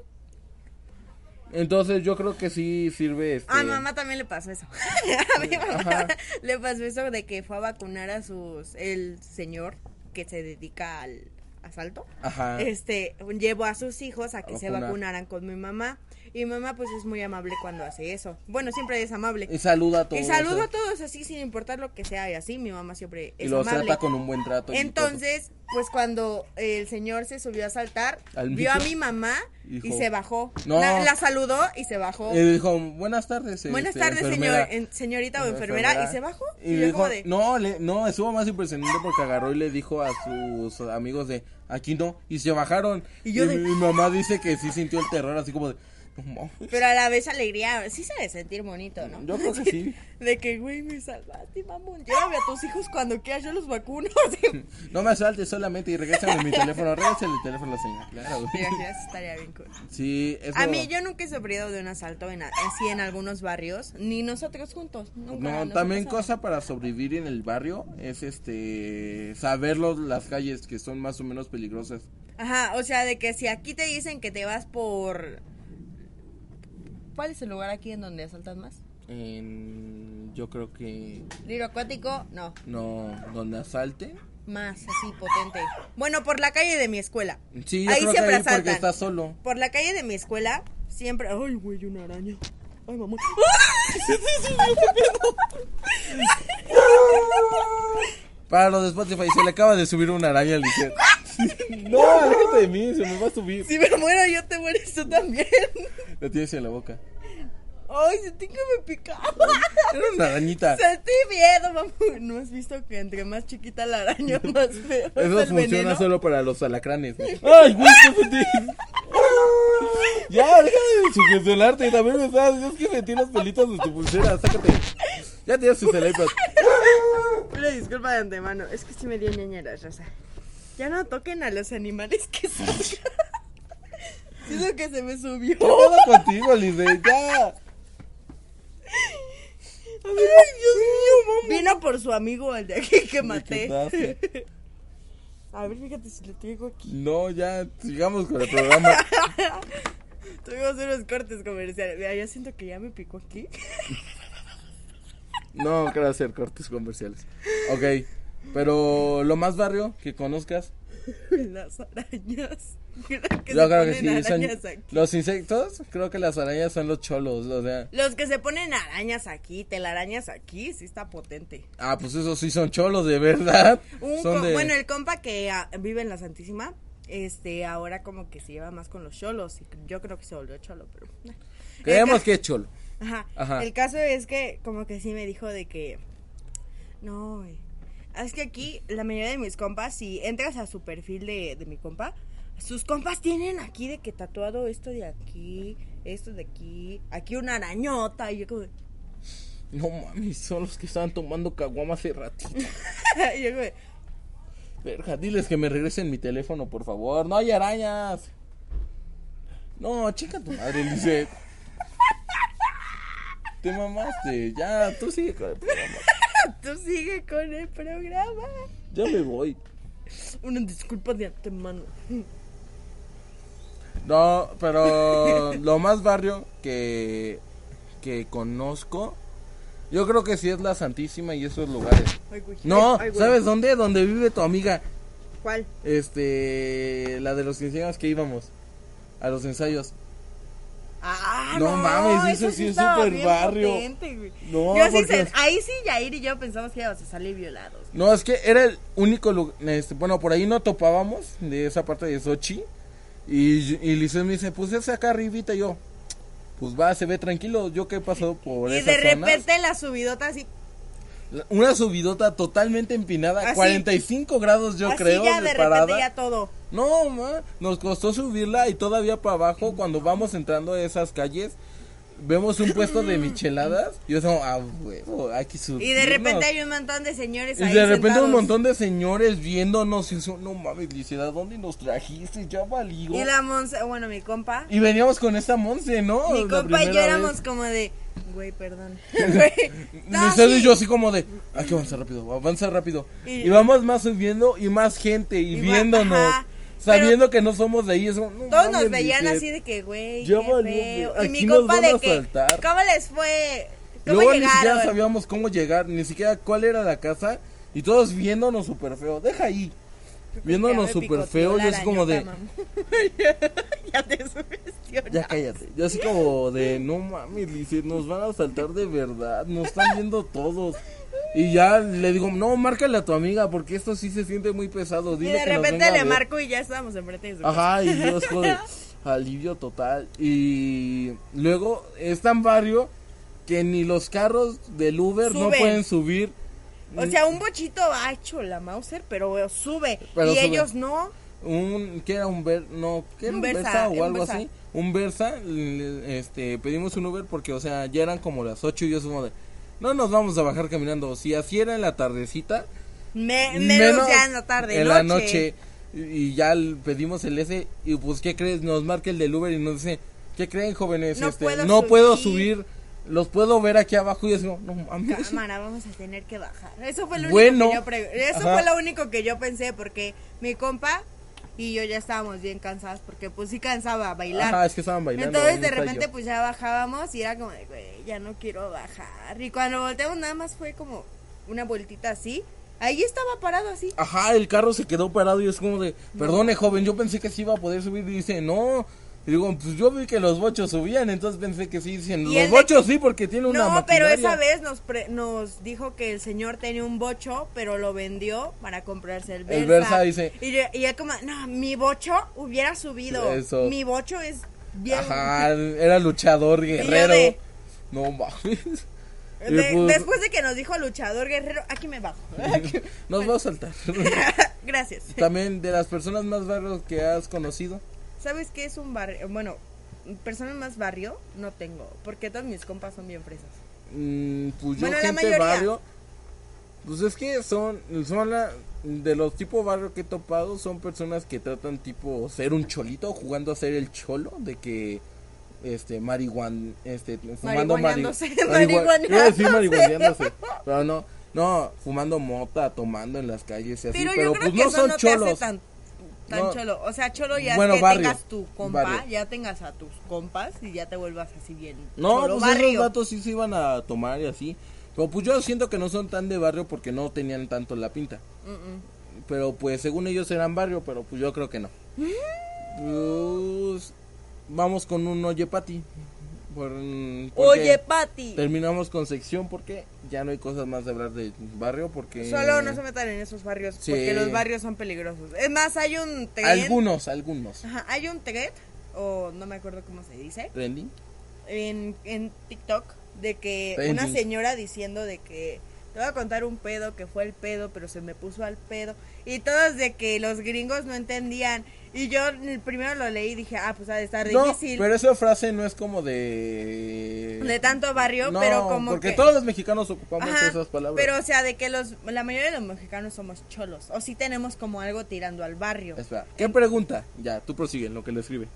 Entonces, yo creo que sí sirve este A mi Ah, mamá también le pasó eso. <laughs> a mi mamá <laughs> le pasó eso de que fue a vacunar a sus. El señor que se dedica al asalto. Ajá. Este, llevó a sus hijos a que se vacunar. vacunaran con mi mamá. Y mi mamá, pues es muy amable cuando hace eso. Bueno, siempre es amable. Y saluda a todos. Y saludo a todos así, sin importar lo que sea. Y así, mi mamá siempre Y es los amable. trata con un buen trato. y todo. Entonces, pues cuando el señor se subió a saltar, Al vio a micro. mi mamá y Dijo, se bajó. "No". La, la saludó y se bajó. Y dijo, buenas tardes. Buenas este, tardes, enfermera". señor, en- señorita o enfermera, y se bajó. Y, Y, yo dijo, como de, no, le- no, estuvo más impresionante porque agarró y le dijo a sus amigos de, aquí no, y se bajaron. Y yo de- mi, mi mamá dice que sí sintió el terror, así como de, no mames". pero a la vez alegría, sí se ha de sentir bonito, ¿no? <laughs> Yo creo que sí. De que, güey, me salvaste, mamón. Llévame a tus hijos cuando quieras, yo los vacuno. <laughs> No me asaltes solamente y regrésame mi teléfono, regrésale el teléfono a la señora. Claro, güey. Mira, mira, eso estaría bien cool. Sí, eso- A mí, yo nunca he sufrido de un asalto en, a- así en algunos barrios, ni nosotros juntos. Nunca, No, nos ha también pasado. cosa para sobrevivir en el barrio es este saber los- las calles que son más o menos peligrosas. Ajá, o sea, de que si aquí te dicen que te vas por... ¿Cuál es el lugar aquí en donde asaltan más? En- yo creo que ¿Liro acuático? No. No, donde asalte. más así potente. Bueno, por la calle de mi escuela. Sí, yo ahí creo que siempre ahí asaltan. porque está solo. Por la calle de mi escuela siempre, ay, güey, una araña. Ay, <laughs> mamá. <laughs> Para los de Spotify, se le acaba de subir una araña al Lizeth. <laughs> no, aléjate de mí, se me va a subir. Si me muero yo te mueres tú también. La tienes en la boca. Ay, sentí que me picaba. Era una arañita. Sentí miedo, mamá. ¿No has visto que entre más chiquita la <laughs> araña más feo es Eso el funciona veneno? solo para los alacranes. <laughs> ¡Ay, güey, qué sentir! <laughs> ya, deja de sugestionarte. También me estás. Es que sentí los pelitos de tu pulsera. Sácate. Ya tienes tus iPad. Una disculpa de antemano, es que sí me dio ñañeras, Rosa. Ya no toquen a los animales <laughs> que son. Siento que se me subió. ¿Qué pedo contigo, Lizeth? Ya. Ay, Dios mío, Vino por su amigo, el de aquí que maté. quitaste. A ver, fíjate si lo traigo aquí. No, ya. Sigamos con el programa. Tuvimos unos cortes comerciales. Mira, yo siento que ya me picó aquí. <laughs> No quiero hacer cortes comerciales. Ok. Pero lo más barrio que conozcas. Las arañas. Creo que Yo se creo que ponen sí. Son arañas aquí. los insectos, creo que las arañas son los cholos. O sea, Los que se ponen arañas aquí, telarañas aquí, sí está potente. ah, pues esos sí son cholos, de verdad. Un Son co- de- Bueno, el compa que ah, vive en la Santísima, este, ahora como que se lleva más con los cholos. y yo creo que se volvió cholo, pero. <laughs> eh. Creemos que es cholo. Ajá. Ajá. El caso es que como que sí me dijo de que no, güey. Es que aquí la mayoría de mis compas, si entras a su perfil de, de mi compa, sus compas tienen aquí de que tatuado esto de aquí, esto de aquí, aquí una arañota y yo como, <laughs> y No mames, son los que estaban tomando caguama hace ratito. yo como, Verga, diles que me regresen mi teléfono, por favor. No hay arañas. No, chica tu madre, Lisette. Te mamaste, ya, tú sigue con el programa. tú sigue con el programa. Ya me voy. Una disculpa de antemano. No, pero lo más barrio que, que conozco, yo creo que sí es la Santísima y esos lugares. Ay, güey. No, Ay, güey. ¿sabes dónde? Donde vive tu amiga. ¿Cuál? Este, la de los quinceaños que íbamos a los ensayos. Ah, No mames, eso sí es estaba súper bien barrio. potente, güey. No, Yo sí porque- se- ahí sí Yair y yo pensamos que íbamos a salir violados. No, es que era el único lugar, este, bueno, por ahí no topábamos de esa parte de Sochi. Y, y Lisset me dice, pues ese acá arribita, y yo, pues va, se ve tranquilo, yo que he pasado por Y esas de zonas. repente la subidota así, La- Una subidota totalmente empinada, Así. 45 grados yo así creo, ¿Ah, ya de de parada. repente ya todo. No, ma, nos costó subirla y todavía para abajo, cuando vamos entrando a esas calles, vemos un puesto de micheladas, y yo digo, ah, huevo, aquí subimos. Mm. Y de repente hay un montón de señores Y ahí de repente sentados. un montón de señores viéndonos y eso, no mames, Liceda, ¿dónde nos trajiste? Ya valió. Y la Monse, bueno, mi compa, Y veníamos con esta Monse, ¿no? mi La compa y yo primera éramos vez. como de, güey, <laughs> perdón. Güey, no, Liceda y sí. yo así como de, hay que avanzar rápido, avanza rápido. Y- Y, vamos más subiendo y más gente y, Y va- viéndonos. ajá. Sabiendo que no somos de ahí, eso, no Todos nos mames, veían Lisset. así de que, güey, Ya qué valió, feo. güey, Y mi aquí nos compa van de a que, asaltar. ¿cómo les fue? ¿Cómo Luego ni siquiera llegaron? sabíamos cómo llegar, ni siquiera cuál era la casa, y todos viéndonos súper feo. Deja ahí. Viéndonos Ya me súper picoteó feo, la yo así como de, arañota, mamá. <laughs> ya te sugestionaste. Ya cállate. Yo así como de, no mames, Lice, nos van a saltar de verdad. Nos están viendo todos. Y ya le digo, no, márcale a tu amiga porque esto sí se siente muy pesado. Y Dile de que nos repente venga a le ver". marco y ya estábamos enfrente de su casa. <laughs> Ajá, y Dios, joder, alivio total. Y luego es tan barrio que ni los carros del Uber no Suben. pueden subir. O sea, un bochito ha hecho la Mauser, pero sube. Pero y sube. ellos no. un que era un ver no que Un era un Versa, versa, un o algo Versa. así un versa le- este pedimos un Uber porque o sea ya eran como las 8 y yo como de no nos vamos a bajar caminando si así era en la tardecita Me, menos, menos ya en la tarde. en la noche y y ya l- pedimos el S y pues qué crees nos marca el del Uber y nos dice qué creen jóvenes No este puedo no puedo subir. subir los puedo ver aquí abajo y yo digo no mames Cámara, vamos a tener que bajar. Eso fue lo Bueno. único que yo pre- Eso Ajá. fue lo único que yo pensé porque mi compa y yo ya estábamos bien cansadas porque pues sí cansaba bailar. Ajá, es que estaban bailando Entonces en de un repente ensayo. pues ya bajábamos y era como de, güey, ya no quiero bajar. Y cuando volteamos nada más fue como una vueltita así. Ahí estaba parado así. Ajá, el carro se quedó parado y es como de, perdone joven, yo pensé que sí iba a poder subir y dice, no. Y digo, pues yo vi que los bochos subían, entonces pensé que sí, dicen, Y los el de bochos sí, porque tiene una No, pero maquinaria". esa vez nos, pre- nos dijo que el señor tenía un bocho, pero lo vendió para comprarse el Versa. El Versa, dice. Y yo, y yo como, no, mi bocho hubiera subido. Eso. Mi bocho es bien... Ajá, era luchador, guerrero. de- No mames. <laughs> Y De- pues, Después de que nos dijo luchador guerrero, aquí me bajo. <laughs> Nos va <laughs> a saltar. Gracias. También de las personas más barros que has conocido. ¿Sabes qué es un barrio? Bueno, personas más barrio no tengo, porque todos mis compas son bien fresas. Mm, pues yo Bueno, la gente mayoría. barrio. Pues es que son, son la- de los tipos barrio que he topado, son personas que tratan tipo ser un cholito, jugando a ser el cholo, de que este marihuan, este fumando marihuana. <laughs> Marihuaneándose, Marihuaneándose. Iba a decir marihuaneándose. marihuaneándose, pero no, no, fumando mota, tomando en las calles y así, Pero, pero, yo creo pues que no eso son no cholos. te hace tan, tan No. cholo. O sea, cholo ya es Bueno, que barrio, tengas tu compa, barrio. ya tengas a tus compas y ya te vuelvas así bien. No, cholo pues barrio. esos datos sí se iban a tomar y así. Pero pues yo siento que no son tan de barrio porque no tenían tanto la pinta. Pero pues según ellos eran barrio, pero pues yo creo que no. Pues, vamos con un Oye Pati. Por- porque Oye, Pati. Terminamos con sección porque ya no hay cosas más de hablar de barrio porque... Solo no se metan en esos barrios, Sí. porque los barrios son peligrosos. Es más, hay un tren. Algunos, algunos. Ajá, hay un tren, o no me acuerdo cómo se dice, Trending. en, en TikTok, de que Trending. una señora diciendo de que te voy a contar un pedo, que fue el pedo, pero se me puso al pedo. Y todos de que los gringos no entendían. Y yo mm, primero lo leí y dije, ah, pues ha de estar No, difícil. pero esa frase no es como de... De tanto barrio, No, pero como porque que... todos los mexicanos ocupamos Ajá, esas palabras. Pero o sea, de que los la mayoría de los mexicanos somos cholos o sí tenemos como algo tirando al barrio. Espera, ¿qué pregunta? Ya, tú prosigue en lo que le escribe.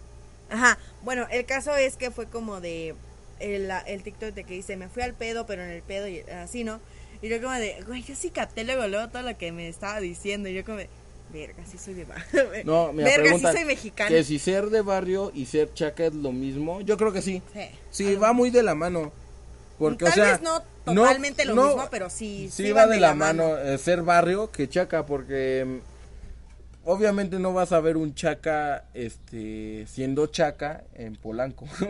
Ajá. Bueno, el caso es que fue como de el, el TikTok de que dice, "Me fui al pedo, pero en el pedo y así, ¿no?" Y yo como de, "Güey, yo sí capté luego luego todo lo que me estaba diciendo." Y yo como de, "Verga, sí soy de <laughs> barrio." No, mira, Verga, sí preguntan soy mexicano. Que si ser de barrio y ser chaca es lo mismo. Yo creo que sí. Sí. Sí, va muy de la mano. Porque, Tal o sea, vez no totalmente lo mismo, pero sí- Sí, sí va van de la mano, eh, ser barrio que chaca, porque mm, obviamente no vas a ver un chaca este, siendo chaca en Polanco. <laughs>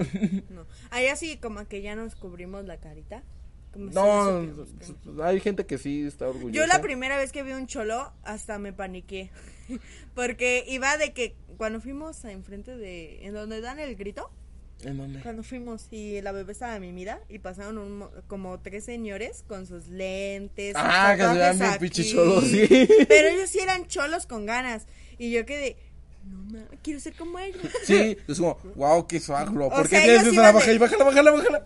No. Allá sí como que ya nos cubrimos la carita. Como no, pues, si supiéramos que no. hay gente que sí está orgullosa. Yo la primera vez que vi un cholo hasta me paniqué. <laughs> Porque iba de que cuando fuimos a enfrente de... En donde dan el grito. ¿En dónde? Cuando fuimos y la bebé estaba mimida y pasaron un mo- como tres señores con sus lentes. sus Ah, que se tatuajes vean bien aquí. pinches cholos, sí. <laughs> Pero ellos sí eran cholos con ganas. Y yo quedé... No, ma, quiero ser como ellos. Sí, es como, wow, qué suagro. O ¿Por qué sea, tienes ellos esa iban de- baja y bájala, bájala, bájala?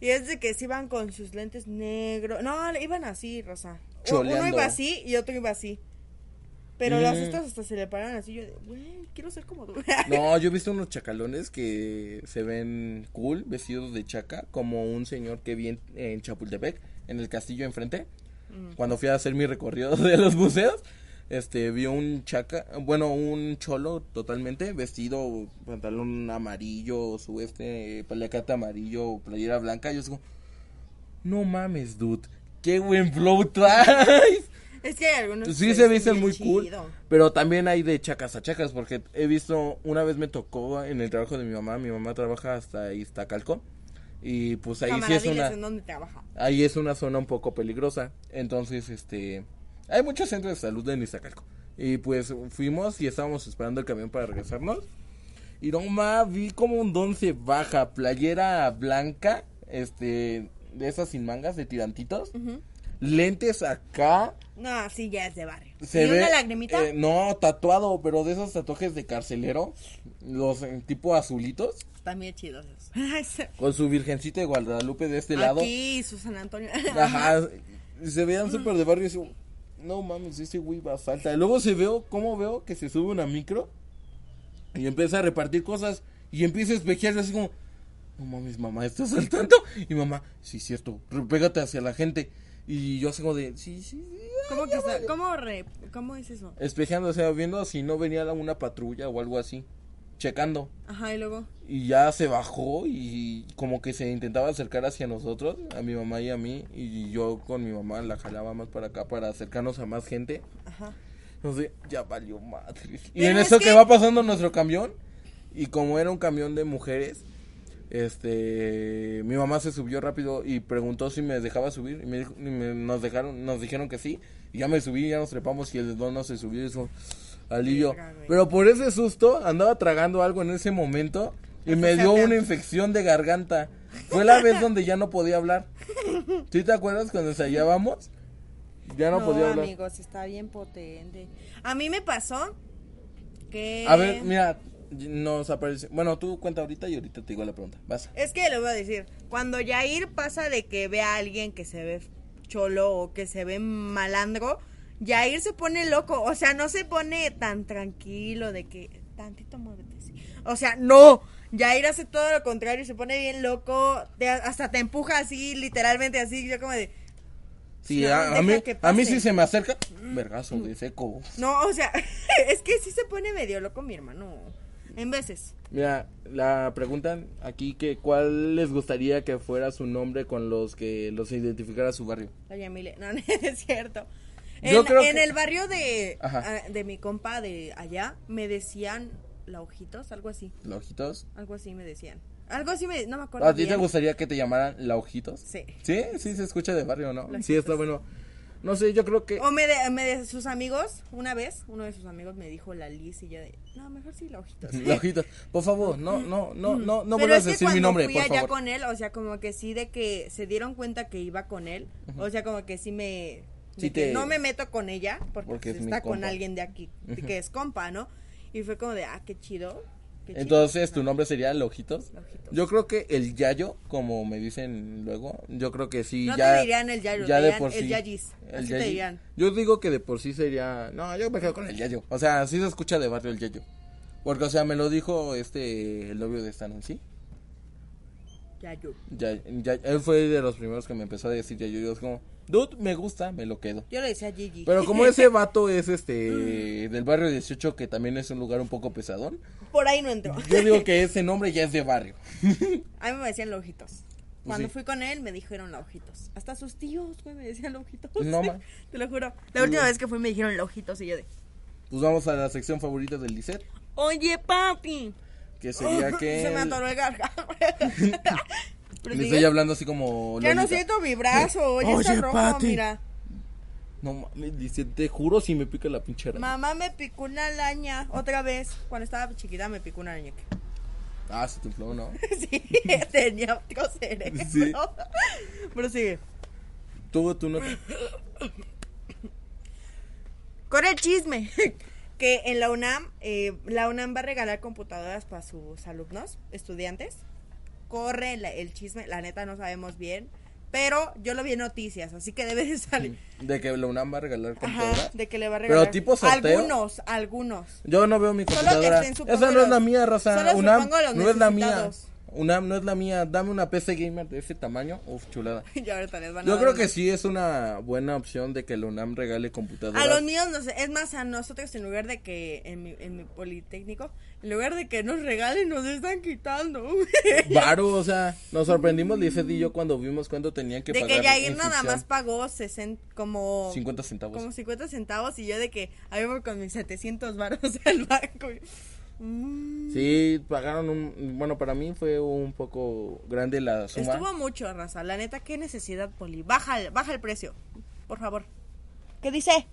Y es de que se iban con sus lentes negros. No, le- iban así, Rosa. U- Uno Choleando. iba así y otro iba así. Pero las Mm. estas hasta se le pararon así. Yo, de, güey, quiero ser como tú. No, yo he visto unos chacalones que se ven cool, vestidos de chaca, como un señor que vi en, en Chapultepec, en el castillo enfrente. Cuando fui a hacer mi recorrido <laughs> de los museos, este, vi un chaca, bueno, un cholo totalmente vestido, pantalón amarillo, su este, palacata amarillo, playera blanca. Yo digo, no mames, dude, qué buen flow traes. <laughs> Es que hay algunos. que Sí, se visten bien muy cool. chido. Pero también hay de chacas a chacas, porque he visto, una vez me tocó en el trabajo de mi mamá, mi mamá trabaja hasta Iztacalco, y pues ahí Cámara, sí es diles una, en dónde trabaja. ahí es una zona un poco peligrosa, entonces, este, hay muchos centros de salud en Iztacalco, y pues fuimos y estábamos esperando el camión para regresarnos, y no más vi como un don se baja, playera blanca, este, de esas sin mangas, de tirantitos, lentes acá, No, sí, ya es de barrio. se ¿Y ve, una lagrimita? eh, no, tatuado, pero de esos tatuajes de carcelero, los eh, tipo azulitos, También chidos. <laughs> esos. con su virgencita de Guadalupe de este lado. Aquí, Mm. su San Antonio. <laughs> Ajá, se veían súper de barrio. y digo, No mames, ese güey va a salta. Y luego se veo, ¿cómo veo? Que se sube una micro y empieza a repartir cosas y empieza a espejearse así como, no mames, mamá, ¿estás al tanto? Y mamá, sí, cierto, re- pégate hacia la gente. Y yo así como de, sí, sí, sí. <laughs> ¿Cómo, que está- ¿Cómo, re- ¿Cómo es eso? espejando, o sea, viendo si no venía la- una patrulla o algo así, checando. Ajá, y luego. Y ya se bajó y como que se intentaba acercar hacia nosotros, a mi mamá y a mí, y yo con mi mamá la jalaba más para acá para acercarnos a más gente. Ajá. Entonces, ya valió madre. Y Pero en es eso que... que- va pasando nuestro camión, y como era un camión de mujeres, este, mi mamá se subió rápido y preguntó si me dejaba subir, y, me dijo- y me- nos dejaron, nos dijeron que sí, y ya me subí, ya nos trepamos y el don no se subió, y eso, alivio. Verga, güey. Pero por ese susto, andaba tragando algo en ese momento, y me dio una infección de garganta. Fue la vez donde ya no podía hablar. ¿Sí te acuerdas cuando ensayábamos? Ya no, podía hablar. amigos, está bien potente. A mí me pasó que... A ver, mira, nos aparece. Bueno, tú cuenta ahorita y ahorita te digo la pregunta. Vas. Es que le voy a decir, cuando Yair pasa de que ve a alguien que se ve cholo o que se ve malandro, Yair se pone loco, o sea, no se pone tan tranquilo de que tantito muévete. sí. O sea, no, Yair hace todo lo contrario, se pone bien loco, te- hasta te empuja así, literalmente así, yo como de... Sí, No, a, a deja mí, que a mí pase. Mm. sí se me acerca. Vergazo de seco. <laughs> No, o sea, es que sí se pone medio loco mi hermano. en veces. Mira, la preguntan aquí que cuál les gustaría que fuera su nombre con los que los identificara su barrio. La Yamile. No, <laughs> no es cierto. En, Yo creo en que- el barrio de, Ajá. ah, de mi compa de allá, me decían la hojitos, algo así. ¿La Ojitos? Algo así me decían. Algo así me. No me acuerdo. ¿A ti te bien. gustaría que te llamaran La Ojitos? Sí. Sí, sí se escucha de barrio, ¿no? La Oh, Sí, está bueno. No sé, yo creo que O me de, me de sus amigos, una vez, uno de sus amigos me dijo la Liz y yo de. No, mejor sí la <laughs> hojitos. La Ojitos. Por favor, no no no no no Mm. Pero es vuelvas a que decir mi cuando nombre, fui por allá favor. con él, o sea, como que sí de que se dieron cuenta que iba con él, o sea, como que sí me de Sí que te- no me meto con ella porque, Porque pues, es mi está con compa. alguien de aquí que es compa, ¿no? Y fue como de, ah, qué chido. qué chido. Entonces, ¿tu nombre sería La Ojitos? La Ojitos. Yo creo que el Yayo, como me dicen luego, yo creo que sí. No ya, te dirían el Yayo, te dirían el Yayis, así te Yayi. dirían. Yo digo que de por sí sería... No, yo me quedo con el Yayo. O sea, sí se escucha de barrio el Yayo. Porque, o sea, me lo dijo este, el novio de esta Nancy. Ya yo. Ya, ya, él fue de los primeros que me empezó a decir Yayo. Yo es como, dude, me gusta, me lo quedo. Yo le decía Gigi. Pero como <laughs> ese vato es este del barrio 18 que también es un lugar un poco pesadón, Por ahí no entró. yo digo que ese nombre ya es de barrio. <laughs> A mí me decían los ojitos. Cuando Pues Sí. fui con él, me dijeron los ojitos. Hasta sus tíos, güey, me decían los ojitos. <laughs> No, ma. Te lo juro. La última vez que fui me dijeron los ojitos y yo de, Pues vamos a la sección favorita del Lisset, oye, papi. que sería <laughs> que Se me atoró el <laughs> gargajo. Pero le sigue. estoy hablando así como Ya no Lolita. siento mi brazo, oye, Oye, está rojo, Pati. mira. No mames, Lisset, te juro si me pica la pinche araña. Mamá me picó una laña otra vez. Cuando estaba chiquita me picó una laña. Ah, se te infló, ¿no? <laughs> Sí, <laughs> tenía otro cerebro. Sí. Pero sigue. Tú, tú no. <laughs> te- Con el chisme. <laughs> Que en la UNAM, eh, la UNAM va a regalar computadoras para sus alumnos, estudiantes. Corre la- el chisme, la neta no sabemos bien. Pero yo lo vi en noticias, así que debe de salir. De que la UNAM va a regalar Ajá, computadoras. de que le va a Pero regalar. tipo sorteo. Algunos, algunos. <laughs> Yo no veo mi Solo computadora. que estén, supongo, Esa no es los- la mía, raza. solo UNAM supongo los no es la mía. necesitados. UNAM no es la mía. Dame una PC gamer de ese tamaño. Uf, chulada. Ya ahorita les van a Yo dar creo una. que sí es una buena opción de que la UNAM regale computadoras. A los míos, nos- es más, a nosotros en lugar de que, en mi, en mi Politécnico, en lugar de que nos regalen, nos están quitando. güey. Varo, o sea, nos sorprendimos Lizeth y yo cuando vimos cuánto tenían que De pagar. que Yair en nada ficción. más pagó 60, como, 50 centavos. como 50 centavos y yo de que ahí voy con mis 700 varos <laughs> al banco. Mm. Sí, pagaron un... Bueno, para mí fue un poco grande la suma. Estuvo mucho, raza. La neta, qué necesidad, Poli. Baja, el- baja el precio, por favor. ¿Qué dice?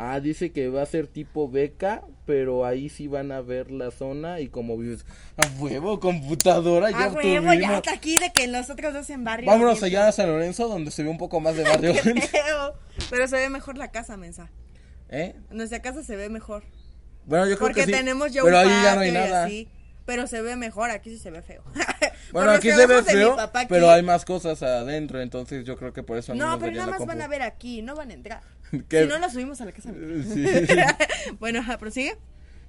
Ah, dice que va a ser tipo beca, pero ahí sí van a ver la zona y como vives. ¡A huevo, computadora! Ah, ya huevo, ya obtuvimos! está aquí de que nosotros dos en barrio. Vámonos bien allá a San Lorenzo, donde se ve un poco más <laughs> de barrio. <laughs> feo. Pero se ve mejor la casa, mensa. ¿Eh? Nuestra casa se ve mejor. Bueno, yo creo Porque que sí. tenemos ya pero un ahí ya no hay patio y nada. así, pero se ve mejor, aquí sí se ve feo. <laughs> Por Bueno, los aquí se ve trabajos de mi feo, papá aquí- pero hay más cosas adentro, entonces yo creo que por eso a mí No, me pero daría nada la más compu. van a ver aquí, no van a entrar. <laughs> ¿Qué? Si no, nos subimos a la casa. <laughs> Sí. <laughs> bueno, ajá, prosigue.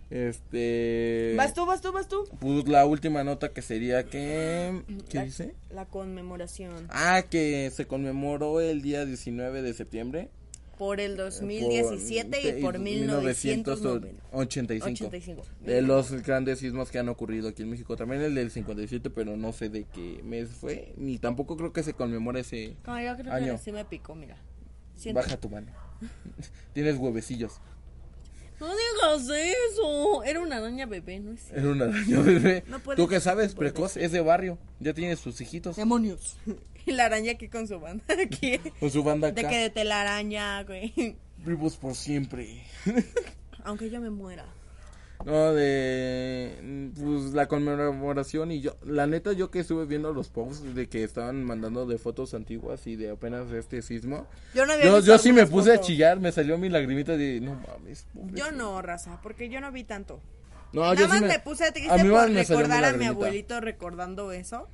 Este. Vas tú, vas tú, vas tú. Pues la última nota que sería que. ¿Qué La- dice? La conmemoración Ah, que se conmemoró el día 19 de septiembre. eh, por el 2017 y por 1990. 1985. 85. De los grandes sismos que han ocurrido aquí en México. También el del 57, pero no sé de qué mes fue. Ni tampoco creo que se conmemore ese. No, yo creo que Año. sí me picó, mira. Siento- Baja <laughs> tu mano. Tienes huevecillos. No digas eso. Era una araña bebé, no es cierto. Era una araña, bebé. No puedes, Tú que sabes, no puedes. precoz, es de barrio. Ya tiene sus hijitos. Demonios. Y <laughs> la araña aquí con su banda <laughs> aquí. Con su banda De acá. que de telaraña, güey. <laughs> Vivos por siempre. Aunque yo me muera. No, de. Pues la conmemoración y yo. La neta, yo que estuve viendo los posts de que estaban mandando de fotos antiguas y de apenas este sismo. Yo no había Yo, visto yo sí me algunas puse a fotos. chillar, me salió mi lagrimita de. No mames, pobre". Yo no, raza, porque yo no vi tanto. No, Nada yo sí más me puse triste a mí más por me salió recordar a mi lagrimita. abuelito recordando eso.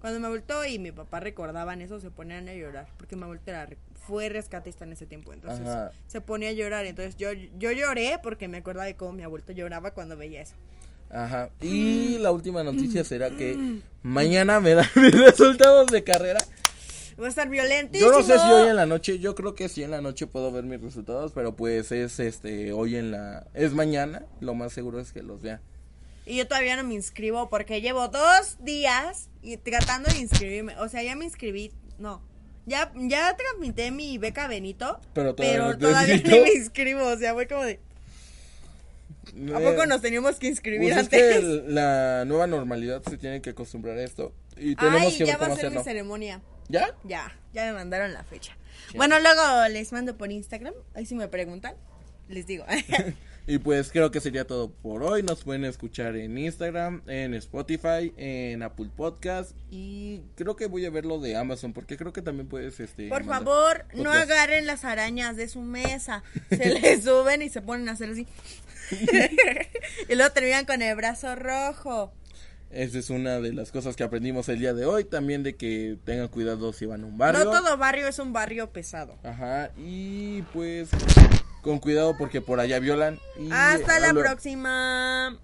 Cuando mi abuelito y mi papá recordaban eso, se ponían a llorar. Porque mi abuelito era re- fue rescatista en ese tiempo. Entonces Ajá. se ponía a llorar. Entonces yo, yo lloré porque me acordaba de cómo mi abuelito lloraba cuando veía eso. Ajá. Y la última noticia será <clears throat> que mañana me dan <laughs> mis resultados de carrera. Va a estar violentísimo. Yo no sé si hoy en la noche, yo creo que sí en la noche puedo ver mis resultados, pero pues es este hoy en la es mañana, lo más seguro es que los vea. Y yo todavía no me inscribo porque llevo dos días y tratando de inscribirme. O sea, ya me inscribí, no. Ya, ya transmití mi beca Benito, Pero pero todavía todavía, no te has no me inscrito. inscribo. O sea, fue como de, ¿a Eh, poco nos teníamos que inscribir pues es antes? que el- la nueva normalidad se tiene que acostumbrar a esto. Y tenemos Ay, que ya ver va cómo a ser mi hacerlo. ceremonia. ¿Ya? Ya, ya me mandaron la fecha. Bueno, luego les mando por Instagram. Ahí si me preguntan, les digo. <laughs> Y pues creo que sería todo por hoy. Nos pueden escuchar en Instagram, en Spotify, en Apple Podcast. Y creo que voy a ver lo de Amazon, porque creo que también puedes. Este, Por mandar favor, no podcast. agarren las arañas de su mesa. Se <laughs> les suben y se ponen a hacer así. <laughs> y luego terminan con el brazo rojo. Esa es una de las cosas que aprendimos el día de hoy. También de que tengan cuidado si van a un barrio. No todo barrio es un barrio pesado. Ajá. Y pues con cuidado porque por allá violan. Y Hasta la hablo- próxima.